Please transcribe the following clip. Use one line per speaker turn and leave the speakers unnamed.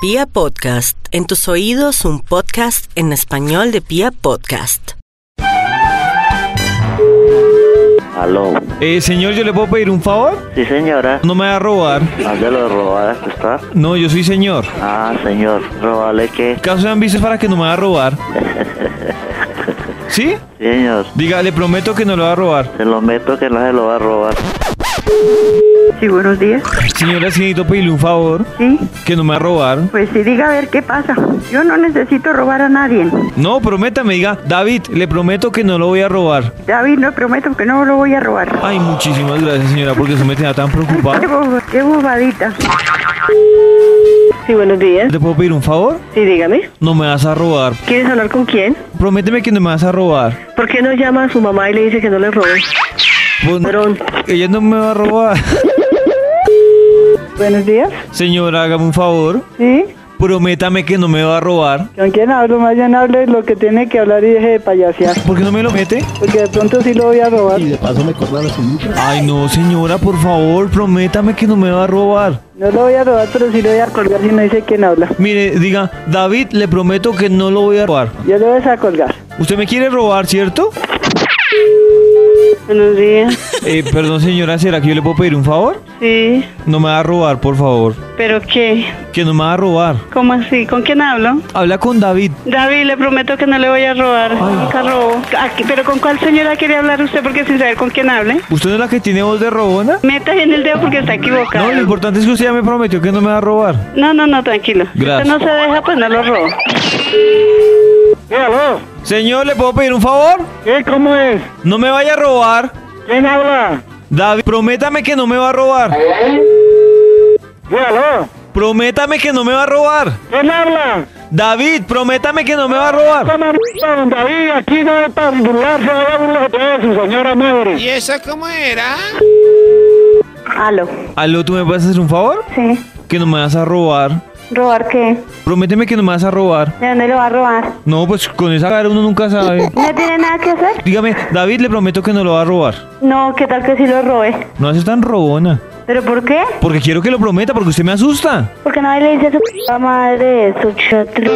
Pia Podcast, en tus oídos un podcast en español de Pia Podcast.
Aló.
Eh, señor, ¿yo le puedo pedir un favor?
Sí, señora.
No me va a robar.
Ah, ya lo robadas está.
No, yo soy señor.
Ah, señor, ¿robale qué?
Caso sean vices para que no me va a robar. ¿Sí?
Sí, señor.
Diga, le prometo que no lo va a robar.
Se lo meto que no se lo va a robar.
Sí, buenos días.
Señora, si necesito pedirle un favor,
Sí,
que no me va a robar.
pues sí, diga a ver qué pasa. Yo no necesito robar a nadie.
No, prométame, diga, David, le prometo que no lo voy a robar.
David, no prometo que no lo voy a robar.
Ay, muchísimas gracias, señora, porque eso me tenía tan preocupado.
Qué, bobo- qué bobadita.
Sí, buenos días.
¿Te puedo pedir un favor?
Sí, dígame.
No me vas a robar.
¿Quieres hablar con quién?
Prométeme que no me vas a robar.
¿Por qué no llama a su mamá y le dice que no le robe?
Pues,
Ladrón.
ella no me va a robar.
Buenos días.
Señora, hágame un favor.
¿Sí?
Prométame que no me va a robar.
¿Con quién hablo? Más bien hable lo que tiene que hablar y deje de payasear.
¿Por qué no me lo mete?
Porque de pronto sí lo voy a robar.
Ay, no, señora, por favor, prométame que no me va a robar.
No lo voy a robar, pero sí lo voy a colgar si no dice quién habla.
Mire, diga, David, le prometo que no lo voy a robar.
Yo lo voy a colgar.
Usted me quiere robar, ¿cierto?
Buenos días.
Eh, perdón, señora, ¿será que yo le puedo pedir un favor?
Sí,
No me va a robar, por favor.
pero ¿qué?
Que no me va a robar.
¿Cómo así? ¿Con quién hablo?
Habla con David.
David, le prometo que no le voy a robar. Nunca robo. ¿A qué- ¿Pero con cuál señora quiere hablar usted? Porque sin saber con quién hable.
¿Usted no es la que tiene voz de robona?
Meta bien el dedo porque está
No,
equivocado.
lo importante es que usted ya me prometió que no me va a robar.
No, no, no, tranquilo.
Gracias.
Si usted no se deja, pues no lo robo.
Sí, aló.
Señor, ¿le puedo pedir un favor?
¿Qué? ¿Cómo es?
No me vaya a robar.
¿Quién habla?
David, prométame que no me va a robar.
Sí, aló.
Prométame que no me va a robar.
¿Quién habla?
David, prométame que no me va a robar.
Toma, mierda, don David, aquí no es para burlarse, va a burlarse de su señora madre.
¿Y esa cómo era?
Aló.
Aló, ¿tú me puedes hacer un favor?
Sí.
Que no me vas a robar.
¿Robar qué?
Prométeme que no me vas a robar.
¿De dónde lo va a robar?
No, pues con esa cara uno nunca sabe.
¿No tiene nada que hacer?
Dígame, David, le prometo que no lo va a robar.
No, ¿qué tal que sí lo robe?
No haces tan robona.
¿Pero por qué?
Porque quiero que lo prometa, porque usted me asusta.
Porque nadie le dice a su p- madre, su chatr...